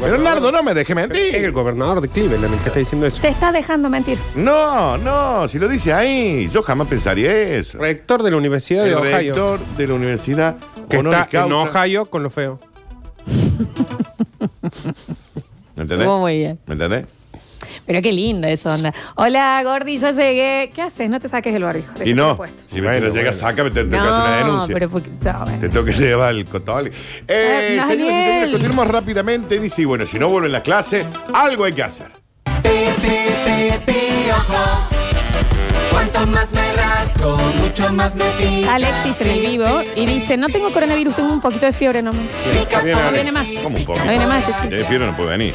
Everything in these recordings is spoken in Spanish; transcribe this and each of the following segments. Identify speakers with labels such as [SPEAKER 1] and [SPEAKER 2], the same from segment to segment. [SPEAKER 1] Pero Nardo, no me deje
[SPEAKER 2] Es el
[SPEAKER 1] mentir.
[SPEAKER 2] gobernador de Cleveland el que está diciendo eso.
[SPEAKER 3] Te estás dejando mentir.
[SPEAKER 1] No, no, si lo dice ahí, yo jamás pensaría eso.
[SPEAKER 2] Rector de la Universidad de
[SPEAKER 1] El
[SPEAKER 2] Ohio.
[SPEAKER 1] rector de la universidad
[SPEAKER 2] que
[SPEAKER 1] honoris
[SPEAKER 2] está en
[SPEAKER 1] causa.
[SPEAKER 2] Ohio con lo feo.
[SPEAKER 1] ¿Me entendés?
[SPEAKER 3] Estuvo Oh, muy bien.
[SPEAKER 1] ¿Me entendés?
[SPEAKER 3] Pero qué lindo eso, onda. Hola, Gordi, yo llegué. ¿Qué haces? No te saques el barbijo.
[SPEAKER 1] Y
[SPEAKER 3] déjatelo
[SPEAKER 1] no,
[SPEAKER 3] puesto.
[SPEAKER 1] si me
[SPEAKER 2] Bueno,
[SPEAKER 1] quieres llegar,
[SPEAKER 2] bueno.
[SPEAKER 1] sácame, te tengo que hacer una
[SPEAKER 3] No,
[SPEAKER 1] denuncia.
[SPEAKER 3] pero porque. no, bueno.
[SPEAKER 1] Te tengo que llevar el cotón. Eh,
[SPEAKER 3] Ah,
[SPEAKER 1] señoras
[SPEAKER 3] Daniel.
[SPEAKER 1] y señores, continuemos rápidamente. Dice, y bueno, si no vuelven las clases, algo hay que hacer.
[SPEAKER 4] Cuanto más me rasco, mucho más me pica.
[SPEAKER 3] Alexis en el vivo y dice: No tengo coronavirus, tengo un poquito de fiebre nomás.
[SPEAKER 2] Está bien,
[SPEAKER 3] No
[SPEAKER 2] Alex.
[SPEAKER 3] viene más.
[SPEAKER 1] Como un poquito.
[SPEAKER 3] No viene más este
[SPEAKER 1] Si
[SPEAKER 3] chico.
[SPEAKER 1] tenés fiebre no puede venir.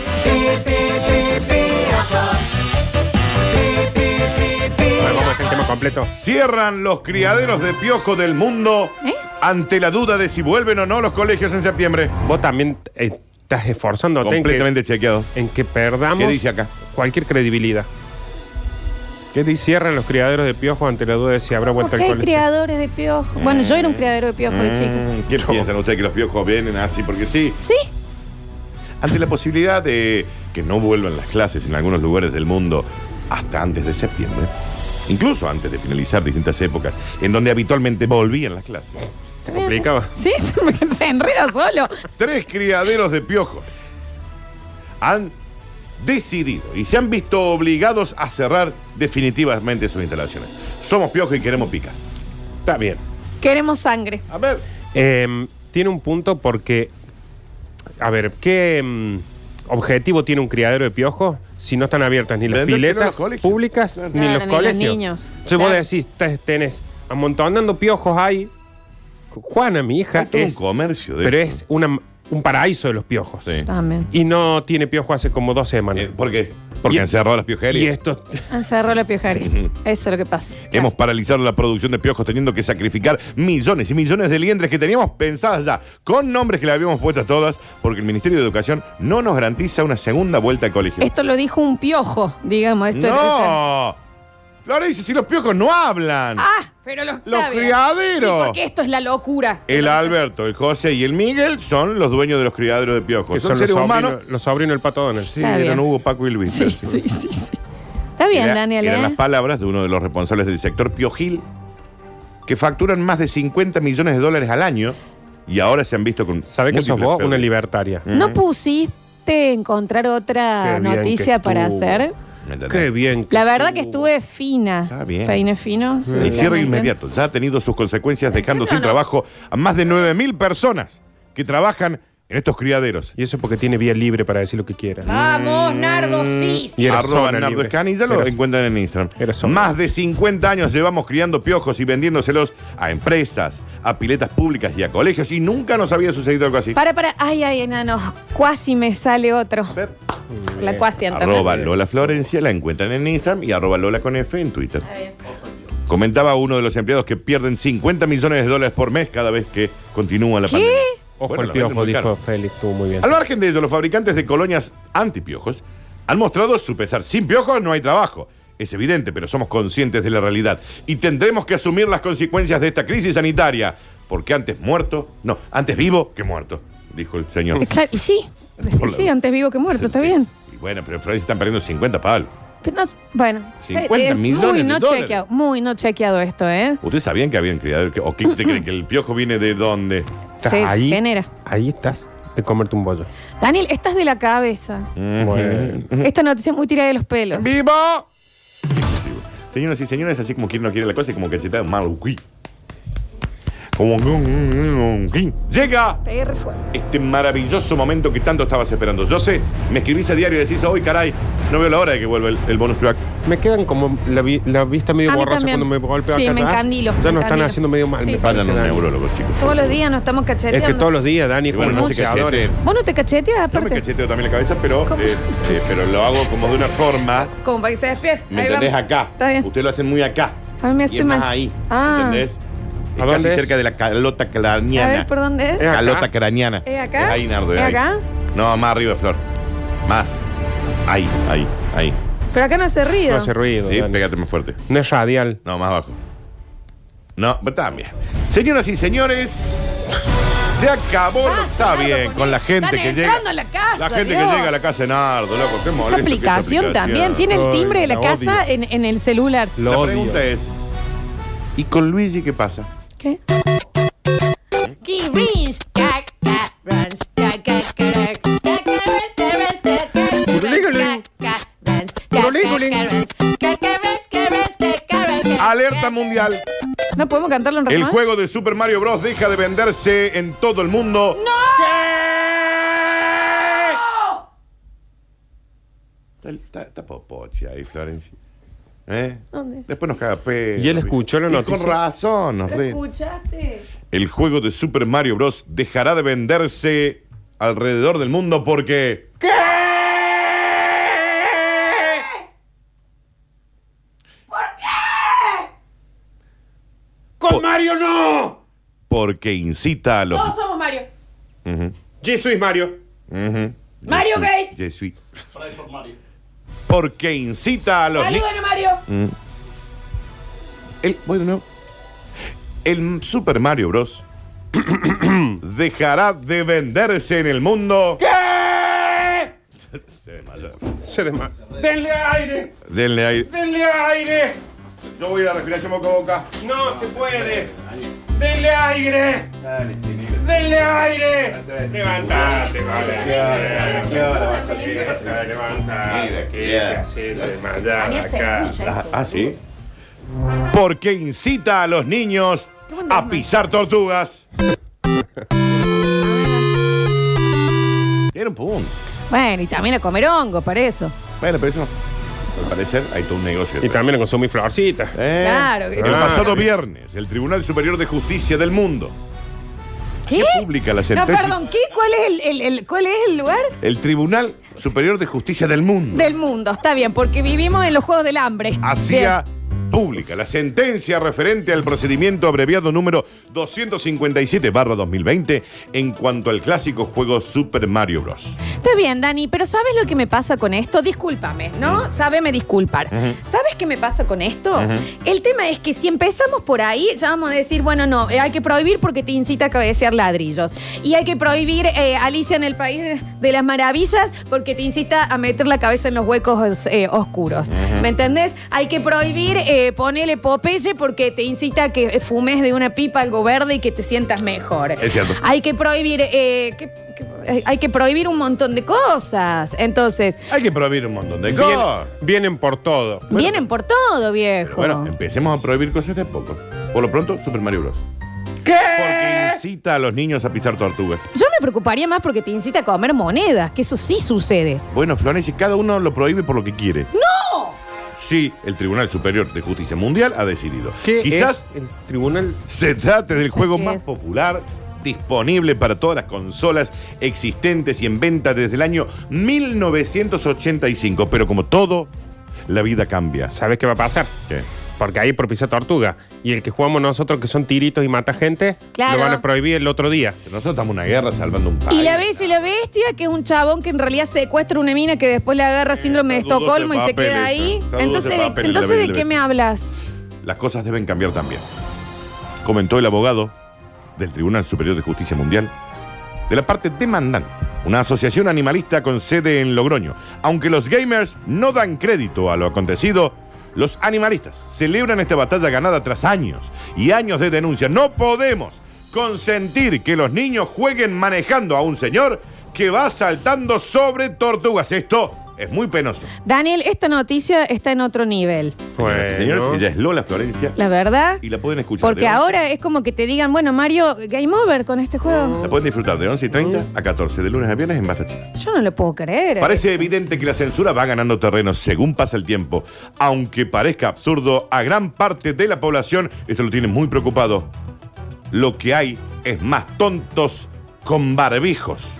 [SPEAKER 2] Bueno, vamos a dejar el tema completo.
[SPEAKER 1] Cierran los criaderos de piojo del mundo
[SPEAKER 3] ¿Eh?
[SPEAKER 1] ante la duda de si vuelven o no los colegios en septiembre.
[SPEAKER 2] Vos también eh, estás esforzándote en que,
[SPEAKER 1] Completamente chequeado.
[SPEAKER 2] en que perdamos
[SPEAKER 1] ¿Qué dice acá?
[SPEAKER 2] cualquier credibilidad. ¿Qué dice? Cierran los criaderos de piojos ante la duda de si habrá vuelta
[SPEAKER 3] Porque
[SPEAKER 2] al
[SPEAKER 3] hay
[SPEAKER 2] colegio.
[SPEAKER 3] criadores de piojo. Bueno, yo era un criadero de piojo de chico.
[SPEAKER 1] Mm, ¿Qué piensan ustedes que los piojos vienen así porque sí?
[SPEAKER 3] Sí,
[SPEAKER 1] Ante la posibilidad de que no vuelvan las clases en algunos lugares del mundo hasta antes de septiembre, incluso antes de finalizar distintas épocas, en donde habitualmente volvían las clases.
[SPEAKER 2] Se complicaba.
[SPEAKER 3] sí, se enreda solo.
[SPEAKER 1] Tres criaderos de piojos han decidido y se han visto obligados a cerrar definitivamente sus instalaciones. Somos piojos y queremos picar.
[SPEAKER 2] Está bien.
[SPEAKER 3] Queremos sangre.
[SPEAKER 1] A ver.
[SPEAKER 2] Eh, tiene un punto porque, a ver, ¿qué mm, objetivo tiene un criadero de piojos si no están abiertas ni las
[SPEAKER 1] Vendérselo a
[SPEAKER 2] piletas
[SPEAKER 1] los colegios.
[SPEAKER 2] públicas
[SPEAKER 1] Claro.
[SPEAKER 2] ni
[SPEAKER 3] Claro,
[SPEAKER 2] los
[SPEAKER 3] ni los
[SPEAKER 2] colegios?
[SPEAKER 3] niños.
[SPEAKER 2] Entonces vos
[SPEAKER 3] Claro.
[SPEAKER 2] decís, te- tenés amontonando piojos ahí. Juana, mi hija,
[SPEAKER 1] Esto es
[SPEAKER 2] es,
[SPEAKER 1] un comercio. de
[SPEAKER 2] pero
[SPEAKER 1] esto.
[SPEAKER 2] es una- un paraíso de los piojos.
[SPEAKER 1] Sí.
[SPEAKER 3] También.
[SPEAKER 2] Y no tiene piojo hace como dos semanas.
[SPEAKER 1] Eh, ¿Por qué? Porque
[SPEAKER 2] Y-
[SPEAKER 1] han cerrado las
[SPEAKER 2] y
[SPEAKER 1] piojerías.
[SPEAKER 2] esto
[SPEAKER 3] Han cerrado Ah, la piojería. Eso es lo que pasa.
[SPEAKER 1] Hemos paralizado la producción de piojos teniendo que sacrificar millones y millones de liendres que teníamos pensadas ya, con nombres que le habíamos puesto a todas, porque el Ministerio de Educación no nos garantiza una segunda vuelta al colegio.
[SPEAKER 3] Esto lo dijo un piojo, digamos. Esto
[SPEAKER 1] ¡No! Florencia, si los piojos no hablan.
[SPEAKER 3] Ah, pero los,
[SPEAKER 1] Los
[SPEAKER 3] cabe-
[SPEAKER 1] criaderos.
[SPEAKER 3] Sí, porque esto es la locura.
[SPEAKER 1] El Alberto, el José y el Miguel son los dueños de los criaderos de piojos.
[SPEAKER 2] que
[SPEAKER 1] Son,
[SPEAKER 2] son los
[SPEAKER 1] seres humanos.
[SPEAKER 2] sobrinos, los sobrinos del pato Donald.
[SPEAKER 1] Sí,
[SPEAKER 3] Está
[SPEAKER 1] eran
[SPEAKER 3] bien.
[SPEAKER 1] Hugo, Paco y Luis.
[SPEAKER 3] Sí, sí, sí, sí. Está bien,
[SPEAKER 1] Era-
[SPEAKER 3] Daniel.
[SPEAKER 1] Eran
[SPEAKER 3] ¿eh?
[SPEAKER 1] las palabras de uno de los responsables del sector piojil, que facturan más de 50 millones de dólares al año y ahora se han visto con.
[SPEAKER 2] ¿Sabes que sos
[SPEAKER 1] múltiples
[SPEAKER 2] vos? Una
[SPEAKER 1] pérdidas.
[SPEAKER 2] libertaria.
[SPEAKER 1] Mm.
[SPEAKER 3] ¿No pusiste encontrar otra
[SPEAKER 2] Qué bien
[SPEAKER 3] noticia
[SPEAKER 2] que
[SPEAKER 3] para
[SPEAKER 2] estuvo.
[SPEAKER 3] hacer?
[SPEAKER 1] ¿Me entendés?
[SPEAKER 2] Qué bien.
[SPEAKER 3] La verdad que estuve fina.
[SPEAKER 1] Está bien.
[SPEAKER 3] Peine fino.
[SPEAKER 1] El cierre
[SPEAKER 3] seguramente.
[SPEAKER 1] inmediato ya ha tenido sus consecuencias, dejando
[SPEAKER 3] No,
[SPEAKER 1] sin
[SPEAKER 3] no.
[SPEAKER 1] trabajo a más de 9.000 personas que trabajan en estos criaderos.
[SPEAKER 2] Y eso porque tiene vía libre para decir lo que quiera.
[SPEAKER 3] Vamos, Nardo, sí. Ah, sí.
[SPEAKER 2] Y era
[SPEAKER 1] Arroba
[SPEAKER 2] zona
[SPEAKER 1] Nardo
[SPEAKER 2] libre.
[SPEAKER 1] Scani, ya lo
[SPEAKER 2] Era-
[SPEAKER 1] encuentran en Instagram.
[SPEAKER 2] Era zona.
[SPEAKER 1] Más de 50 años llevamos criando piojos y vendiéndoselos a empresas, a piletas públicas y a colegios y nunca nos había sucedido algo así.
[SPEAKER 3] Para, para. Ay, ay, enanos. Cuasi me sale otro.
[SPEAKER 1] A ver,
[SPEAKER 3] La cuasi Antonio.
[SPEAKER 1] arroba Lola Florencia, la encuentran en Instagram y arroba Lola con F en Twitter. Comentaba uno de los empleados que pierden 50 millones de dólares por mes cada vez que continúa la pandemia.
[SPEAKER 2] Ojo
[SPEAKER 1] Bueno,
[SPEAKER 2] el
[SPEAKER 1] la venden
[SPEAKER 2] piojo,
[SPEAKER 1] muy
[SPEAKER 2] dijo
[SPEAKER 1] caro.
[SPEAKER 2] Félix, estuvo muy bien.
[SPEAKER 1] Al margen de ello, los fabricantes de colonias antipiojos han mostrado su pesar. Sin piojos no hay trabajo. Es evidente, pero somos conscientes de la realidad. Y tendremos que asumir las consecuencias de esta crisis sanitaria. Porque antes muerto, no, antes vivo que muerto, dijo el señor.
[SPEAKER 3] Eh, claro, y sí. Sí,
[SPEAKER 1] Por la-
[SPEAKER 3] sí, antes vivo que muerto, está bien.
[SPEAKER 1] Y bueno, pero en Francia están perdiendo 50 palos.
[SPEAKER 3] Pero no- bueno, Eh,
[SPEAKER 1] 50 millones
[SPEAKER 3] muy
[SPEAKER 1] de
[SPEAKER 3] no
[SPEAKER 1] dólares.
[SPEAKER 3] chequeado, muy no chequeado esto, ¿eh?
[SPEAKER 1] ¿Ustedes sabían que habían criado? ¿O qué te creen que el piojo viene de dónde?
[SPEAKER 2] ¿Estás
[SPEAKER 3] Se genera.
[SPEAKER 2] Ahí estás de comerte un bollo.
[SPEAKER 3] Daniel, estás de la cabeza.
[SPEAKER 2] Bueno.
[SPEAKER 3] Esta noticia es muy tirada de los pelos.
[SPEAKER 1] ¡Vivo! Señoras y señores, así como quien no quiere la cosa y como cachetada maluquí. Como Llega
[SPEAKER 3] Pegué re fuerte.
[SPEAKER 1] este maravilloso momento que tanto estabas esperando. Yo sé, me escribís a diario y decís, hoy caray, no veo la hora de que vuelva el, el bonus track.
[SPEAKER 2] Me quedan como la, vi- la vista medio
[SPEAKER 3] A mí
[SPEAKER 2] borrosa
[SPEAKER 3] también.
[SPEAKER 2] cuando me golpeo
[SPEAKER 3] Sí,
[SPEAKER 2] acá
[SPEAKER 3] me
[SPEAKER 2] atrás.
[SPEAKER 3] encandilo, me
[SPEAKER 2] Ya nos están
[SPEAKER 3] encandilo.
[SPEAKER 2] haciendo medio mal.
[SPEAKER 3] Sí,
[SPEAKER 2] me
[SPEAKER 3] sí.
[SPEAKER 2] parece,
[SPEAKER 1] Vayan a un
[SPEAKER 2] Dani.
[SPEAKER 1] neurólogo, chicos.
[SPEAKER 3] Todos los días nos estamos
[SPEAKER 2] Es
[SPEAKER 3] cacheteando.
[SPEAKER 2] que todos los días, Dani,
[SPEAKER 1] Y bueno,
[SPEAKER 2] con
[SPEAKER 1] no sé qué
[SPEAKER 2] boxeadores.
[SPEAKER 1] hacerte.
[SPEAKER 3] Vos no te cacheteas,
[SPEAKER 1] Yo me
[SPEAKER 3] aparte.
[SPEAKER 1] cacheteo también la cabeza, pero,
[SPEAKER 3] ¿Cómo?
[SPEAKER 1] eh, eh, pero lo hago como de una forma.
[SPEAKER 3] Como para que se despierte.
[SPEAKER 1] ¿Me
[SPEAKER 3] Ahí
[SPEAKER 1] entendés?
[SPEAKER 3] vamos.
[SPEAKER 1] Acá.
[SPEAKER 3] Está bien.
[SPEAKER 1] Ustedes lo hacen muy acá.
[SPEAKER 3] A mí me
[SPEAKER 1] Y
[SPEAKER 3] hace
[SPEAKER 1] es
[SPEAKER 3] mal.
[SPEAKER 1] más ahí.
[SPEAKER 3] Este Ah.
[SPEAKER 1] ¿Entendés?
[SPEAKER 2] ¿A
[SPEAKER 1] Es
[SPEAKER 2] dónde
[SPEAKER 1] casi
[SPEAKER 2] es?
[SPEAKER 1] cerca de la calota
[SPEAKER 3] A
[SPEAKER 1] craniana.
[SPEAKER 3] ver, ¿por dónde es?
[SPEAKER 2] ¿Es acá?
[SPEAKER 1] Calota craniana.
[SPEAKER 3] ¿Es acá?
[SPEAKER 1] Es ahí, Nardo.
[SPEAKER 3] ¿Es
[SPEAKER 1] ahí.
[SPEAKER 3] acá?
[SPEAKER 1] No, más arriba, Flor. Más. Ahí, ahí, ahí.
[SPEAKER 3] Pero acá no hace ruido.
[SPEAKER 2] No hace ruido.
[SPEAKER 1] Sí,
[SPEAKER 2] Dani.
[SPEAKER 1] pégate más fuerte.
[SPEAKER 2] No es radial.
[SPEAKER 1] No, más abajo. No, pero también. Señoras y señores, se acabó.
[SPEAKER 3] Basta,
[SPEAKER 1] No está
[SPEAKER 3] Nardo,
[SPEAKER 1] bien
[SPEAKER 3] con
[SPEAKER 1] con la
[SPEAKER 3] esto.
[SPEAKER 1] gente
[SPEAKER 3] Están
[SPEAKER 1] que llega.
[SPEAKER 3] entrando a la casa,
[SPEAKER 1] gente
[SPEAKER 3] Dios.
[SPEAKER 1] que llega a la casa de Nardo, loco. Qué
[SPEAKER 3] Esa
[SPEAKER 1] molesto que esa
[SPEAKER 3] aplicación también tiene el
[SPEAKER 2] Ay,
[SPEAKER 3] timbre de la
[SPEAKER 2] la
[SPEAKER 3] casa
[SPEAKER 2] odio.
[SPEAKER 3] en, en el celular.
[SPEAKER 2] Lo
[SPEAKER 1] la
[SPEAKER 2] odio.
[SPEAKER 1] pregunta es: ¿y con Luigi qué pasa?
[SPEAKER 3] ¿Qué?
[SPEAKER 1] Alerta mundial.
[SPEAKER 3] ¿No podemos cantarlo en
[SPEAKER 1] El
[SPEAKER 3] realidad?
[SPEAKER 1] juego de Super Mario Bros. deja de venderse en todo el mundo. ¡No! Está, está popoche ahí, Florencia. ¿Eh?
[SPEAKER 3] ¿Dónde?
[SPEAKER 1] Después nos caga pedo.
[SPEAKER 2] Y él escuchó la
[SPEAKER 1] Y
[SPEAKER 2] noticia.
[SPEAKER 1] Con razón, nos re-
[SPEAKER 3] escuchaste?
[SPEAKER 1] El juego de Super Mario Bros. dejará de venderse alrededor del mundo porque. ¿Qué? ¿Por qué? ¡Con Mario no! Porque incita a los.
[SPEAKER 3] Todos somos Mario.
[SPEAKER 1] Ujú,
[SPEAKER 2] Jesús Mario.
[SPEAKER 1] ujú.
[SPEAKER 3] Mario
[SPEAKER 1] Yes,
[SPEAKER 3] Gate.
[SPEAKER 1] yes, sí. Porque incita a los. ni-
[SPEAKER 3] Saluden a Mario.
[SPEAKER 1] El, bueno, no. El Super Mario Bros. dejará de venderse en el mundo. ¡Eh! Se desmayó.
[SPEAKER 2] Se desma- ¡Denle aire!
[SPEAKER 1] Denle ahí.
[SPEAKER 2] ¡Denle aire!
[SPEAKER 1] Yo voy a la respiración boca a boca.
[SPEAKER 2] ¡No se puede! ¡Denle aire!
[SPEAKER 1] Dale, chinito,
[SPEAKER 2] ¡Denle aire! Levantate, vale.
[SPEAKER 1] ¿Qué hora? ¿Qué hora vas a tirar?
[SPEAKER 2] Levantate.
[SPEAKER 1] Mira,
[SPEAKER 2] ¿Qué
[SPEAKER 1] mira.
[SPEAKER 2] te haces desmayar
[SPEAKER 5] Daniel se
[SPEAKER 2] acá?
[SPEAKER 5] escucha
[SPEAKER 1] Ah,
[SPEAKER 5] eso.
[SPEAKER 1] ah, sí. Porque incita a los niños a pisar tortugas. Tiene un punto.
[SPEAKER 3] Bueno, y también a comer hongo, para eso.
[SPEAKER 1] Bueno, pero eso, al parecer, hay todo un negocio.
[SPEAKER 2] Y también le consumí florcita.
[SPEAKER 1] Eh,
[SPEAKER 3] Claro.
[SPEAKER 1] El pasado viernes, el Tribunal Superior de Justicia del Mundo
[SPEAKER 3] ¿Qué?
[SPEAKER 1] se publica la
[SPEAKER 3] No,
[SPEAKER 1] sentencia.
[SPEAKER 3] perdón, ¿qué? ¿Cuál es el, el- el- cuál es el lugar
[SPEAKER 1] El Tribunal Superior de Justicia del Mundo
[SPEAKER 3] del mundo? Está bien, porque vivimos en los Juegos del Hambre.
[SPEAKER 1] hacía pública la sentencia referente al procedimiento abreviado número 257-2020 en cuanto al clásico juego Super Mario Bros.
[SPEAKER 3] Bien. Está bien, Dani, pero ¿sabes lo que me pasa con esto? Discúlpame, ¿no? Sábeme disculpar. ¿Sabes qué me pasa con esto? El tema es que si empezamos por ahí, ya vamos a decir, bueno, no, eh, hay que prohibir porque te incita a cabecear ladrillos. Y hay que prohibir eh, Alicia en el País de las Maravillas porque te incita a meter la cabeza en los huecos eh, oscuros. ¿Me entendés? Hay que prohibir eh, ponerle Popeye porque te incita a que fumes de una pipa algo verde y que te sientas mejor.
[SPEAKER 1] Es cierto.
[SPEAKER 3] Hay que prohibir, eh, que- que- eh, hay que prohibir un montón de cosas. Entonces,
[SPEAKER 1] Hay que prohibir un montón de
[SPEAKER 2] Vienen,
[SPEAKER 1] cosas.
[SPEAKER 2] vienen por todo.
[SPEAKER 3] vienen por todo, viejo.
[SPEAKER 1] Bueno, em- empecemos a prohibir cosas de a poco. Por lo pronto, Super Mario Bros. Porque incita a los niños a pisar tortugas.
[SPEAKER 3] Yo me preocuparía más porque te incita a comer monedas, que eso sí sucede.
[SPEAKER 1] Bueno, Florencia, cada uno lo prohíbe por lo que quiere. ¡No! Sí, el Tribunal Superior de Justicia Mundial ha decidido.
[SPEAKER 2] ¿Qué
[SPEAKER 1] Quizás
[SPEAKER 2] es el tribunal?
[SPEAKER 1] se trate del
[SPEAKER 3] No sé
[SPEAKER 1] juego
[SPEAKER 3] qué
[SPEAKER 1] más
[SPEAKER 3] es.
[SPEAKER 1] popular disponible para todas las consolas existentes y en venta desde el año 1985. Pero como todo, la vida cambia.
[SPEAKER 2] ¿Sabes qué va a pasar?
[SPEAKER 1] ¿Qué?
[SPEAKER 2] Porque ahí propicia tortuga. Y el que jugamos nosotros, que son tiritos y mata gente,
[SPEAKER 3] Claro.
[SPEAKER 2] lo van a prohibir el otro día.
[SPEAKER 1] Nosotros estamos en una guerra salvando un país.
[SPEAKER 3] Y la bella y la bestia, que es un chabón que en realidad secuestra una mina que después le agarra síndrome de
[SPEAKER 1] Eh, está dudoso
[SPEAKER 3] Estocolmo y
[SPEAKER 1] el
[SPEAKER 3] se
[SPEAKER 1] papel
[SPEAKER 3] queda
[SPEAKER 1] ese.
[SPEAKER 3] ahí.
[SPEAKER 1] Está dudoso
[SPEAKER 3] Entonces,
[SPEAKER 1] el
[SPEAKER 3] ¿de-
[SPEAKER 1] papel, la
[SPEAKER 3] entonces
[SPEAKER 1] bella
[SPEAKER 3] ¿de
[SPEAKER 1] y la
[SPEAKER 3] qué me
[SPEAKER 1] bestia.
[SPEAKER 3] hablas?
[SPEAKER 1] Las cosas deben cambiar también. Comentó el abogado del Tribunal Superior de Justicia Mundial de la parte demandante, una asociación animalista con sede en Logroño. Aunque los gamers no dan crédito a lo acontecido, los animalistas celebran esta batalla ganada tras años y años de denuncia. No podemos consentir que los niños jueguen manejando a un señor que va saltando sobre tortugas. Esto es muy penoso.
[SPEAKER 3] Daniel, esta noticia está en otro nivel.
[SPEAKER 1] Señoras y señores,
[SPEAKER 2] Bueno.
[SPEAKER 1] ella es Lola Florencia
[SPEAKER 3] La verdad.
[SPEAKER 1] y la pueden escuchar.
[SPEAKER 3] Porque
[SPEAKER 1] de once-
[SPEAKER 3] ahora es como que te digan, bueno, Mario, game over con este juego.
[SPEAKER 1] La pueden disfrutar de 11 y 30 a 14 de lunes a viernes en Basta Chica.
[SPEAKER 3] Yo no lo puedo creer.
[SPEAKER 1] Parece evidente que la censura va ganando terreno según pasa el tiempo. Aunque parezca absurdo, a gran parte de la población esto lo tiene muy preocupado. Lo que hay es más tontos con barbijos.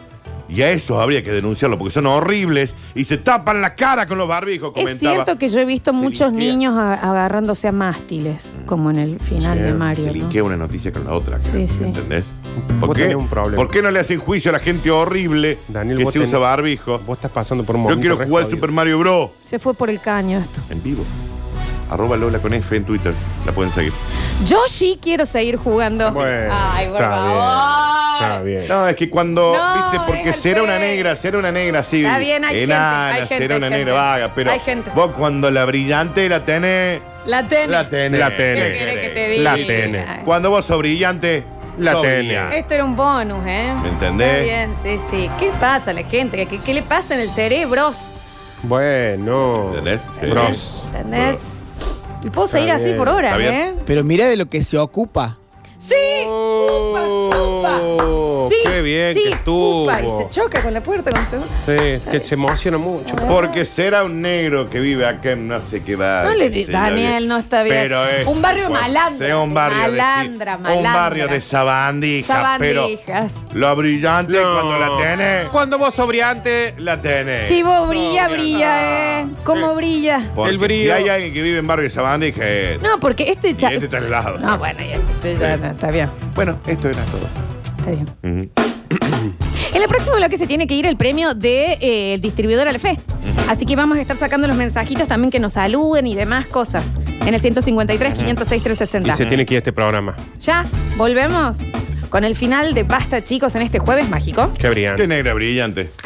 [SPEAKER 1] Y a esos habría que denunciarlo porque son horribles y se tapan la cara con los barbijos,
[SPEAKER 3] Es
[SPEAKER 1] comentaba.
[SPEAKER 3] cierto que yo he visto
[SPEAKER 1] Se
[SPEAKER 3] muchos
[SPEAKER 1] limpia.
[SPEAKER 3] niños a- agarrándose a mástiles,
[SPEAKER 2] Mm.
[SPEAKER 3] como en el final de
[SPEAKER 1] Se
[SPEAKER 3] Mario. ¿no?
[SPEAKER 1] linkea una noticia con la otra, creo,
[SPEAKER 3] Sí, sí.
[SPEAKER 1] ¿entendés?
[SPEAKER 2] Vos tenés un problema.
[SPEAKER 1] ¿Por qué no le hacen juicio a la gente horrible
[SPEAKER 2] Daniel,
[SPEAKER 1] que
[SPEAKER 2] vos
[SPEAKER 1] se usa
[SPEAKER 2] tenés-
[SPEAKER 1] barbijo?
[SPEAKER 2] Vos estás pasando por
[SPEAKER 1] Yo
[SPEAKER 2] un momento.
[SPEAKER 1] quiero
[SPEAKER 2] re
[SPEAKER 1] jugar al
[SPEAKER 2] jodido.
[SPEAKER 1] Super Mario Bros.
[SPEAKER 3] Se fue por el caño esto.
[SPEAKER 1] en vivo. Arroba Lola con F en Twitter. La pueden seguir.
[SPEAKER 3] Yo sí quiero seguir jugando.
[SPEAKER 2] Bueno,
[SPEAKER 3] Ay, por
[SPEAKER 2] está bien,
[SPEAKER 3] favor.
[SPEAKER 2] está bien.
[SPEAKER 1] No, es que cuando,
[SPEAKER 3] No,
[SPEAKER 1] viste, porque
[SPEAKER 3] déjate.
[SPEAKER 1] será una negra, será una negra, sí.
[SPEAKER 3] Está bien, hay gente,
[SPEAKER 1] enana,
[SPEAKER 3] hay gente,
[SPEAKER 1] será
[SPEAKER 3] hay
[SPEAKER 1] una
[SPEAKER 3] gente.
[SPEAKER 1] negra vaga, pero
[SPEAKER 3] Hay gente.
[SPEAKER 1] vos cuando la brillante la tenés,
[SPEAKER 3] La tenés.
[SPEAKER 1] la tenés.
[SPEAKER 2] La
[SPEAKER 3] ¿Qué
[SPEAKER 2] tenés.
[SPEAKER 3] querés que te diga?
[SPEAKER 2] La tenés.
[SPEAKER 3] Ay.
[SPEAKER 1] Cuando vos sos brillante,
[SPEAKER 2] La
[SPEAKER 1] sos
[SPEAKER 2] tenés.
[SPEAKER 1] brillante.
[SPEAKER 3] Esto era un bonus, ¿eh?
[SPEAKER 1] ¿Me entendés?
[SPEAKER 3] Está bien, sí, sí. ¿Qué pasa a la gente? ¿Qué, qué le pasa en el cerebro?
[SPEAKER 2] Bueno.
[SPEAKER 1] ¿Entendés? Sí.
[SPEAKER 2] Bros.
[SPEAKER 3] ¿Entendés? Y puedo seguir
[SPEAKER 2] Está
[SPEAKER 3] así
[SPEAKER 2] bien.
[SPEAKER 3] por horas,
[SPEAKER 1] Está bien.
[SPEAKER 3] ¿eh?
[SPEAKER 6] Pero mirá de lo que se ocupa.
[SPEAKER 3] ¡Sí!
[SPEAKER 2] Oh,
[SPEAKER 3] Sí,
[SPEAKER 2] ¡Qué bien
[SPEAKER 3] sí,
[SPEAKER 2] que estuvo!
[SPEAKER 3] upa, Y se choca con la puerta con su...
[SPEAKER 2] Sí, que se emociona mucho.
[SPEAKER 1] Porque será un negro que vive acá en no sé qué barrio.
[SPEAKER 3] No le
[SPEAKER 1] qué
[SPEAKER 3] di-
[SPEAKER 1] sé yo,
[SPEAKER 3] Daniel, no está bien.
[SPEAKER 1] Pero es-
[SPEAKER 3] Un barrio
[SPEAKER 1] bueno,
[SPEAKER 3] malandro.
[SPEAKER 1] Sea un barrio
[SPEAKER 3] Malandra,
[SPEAKER 1] de, Un
[SPEAKER 3] malandra.
[SPEAKER 1] barrio de sabandijas.
[SPEAKER 3] Sabandijas.
[SPEAKER 1] Pero lo brillante
[SPEAKER 2] No.
[SPEAKER 1] cuando la tenés,
[SPEAKER 2] Cuando vos sobriante.
[SPEAKER 1] la tenés.
[SPEAKER 3] Si vos brilla, brilla, ¿eh? ¿Cómo brilla?
[SPEAKER 1] Porque
[SPEAKER 2] El brillo.
[SPEAKER 1] Si hay alguien que vive en barrio de sabandijas, es-
[SPEAKER 3] No, porque este
[SPEAKER 1] y
[SPEAKER 3] chat.
[SPEAKER 1] este está al lado.
[SPEAKER 3] No, bueno, ya, sí, ya, no, está bien.
[SPEAKER 1] Bueno, esto era todo.
[SPEAKER 3] Está bien. En el próximo bloque se tiene que ir el premio del de, eh, el distribuidor a la fe. Así que vamos a estar sacando los mensajitos también que nos saluden y demás cosas. En el 153, 506,
[SPEAKER 2] Y
[SPEAKER 3] 360.
[SPEAKER 2] se tiene que ir a este programa.
[SPEAKER 3] Ya, volvemos con el final de Basta, chicos, en este jueves mágico.
[SPEAKER 2] Qué brillante.
[SPEAKER 1] Qué negra brillante.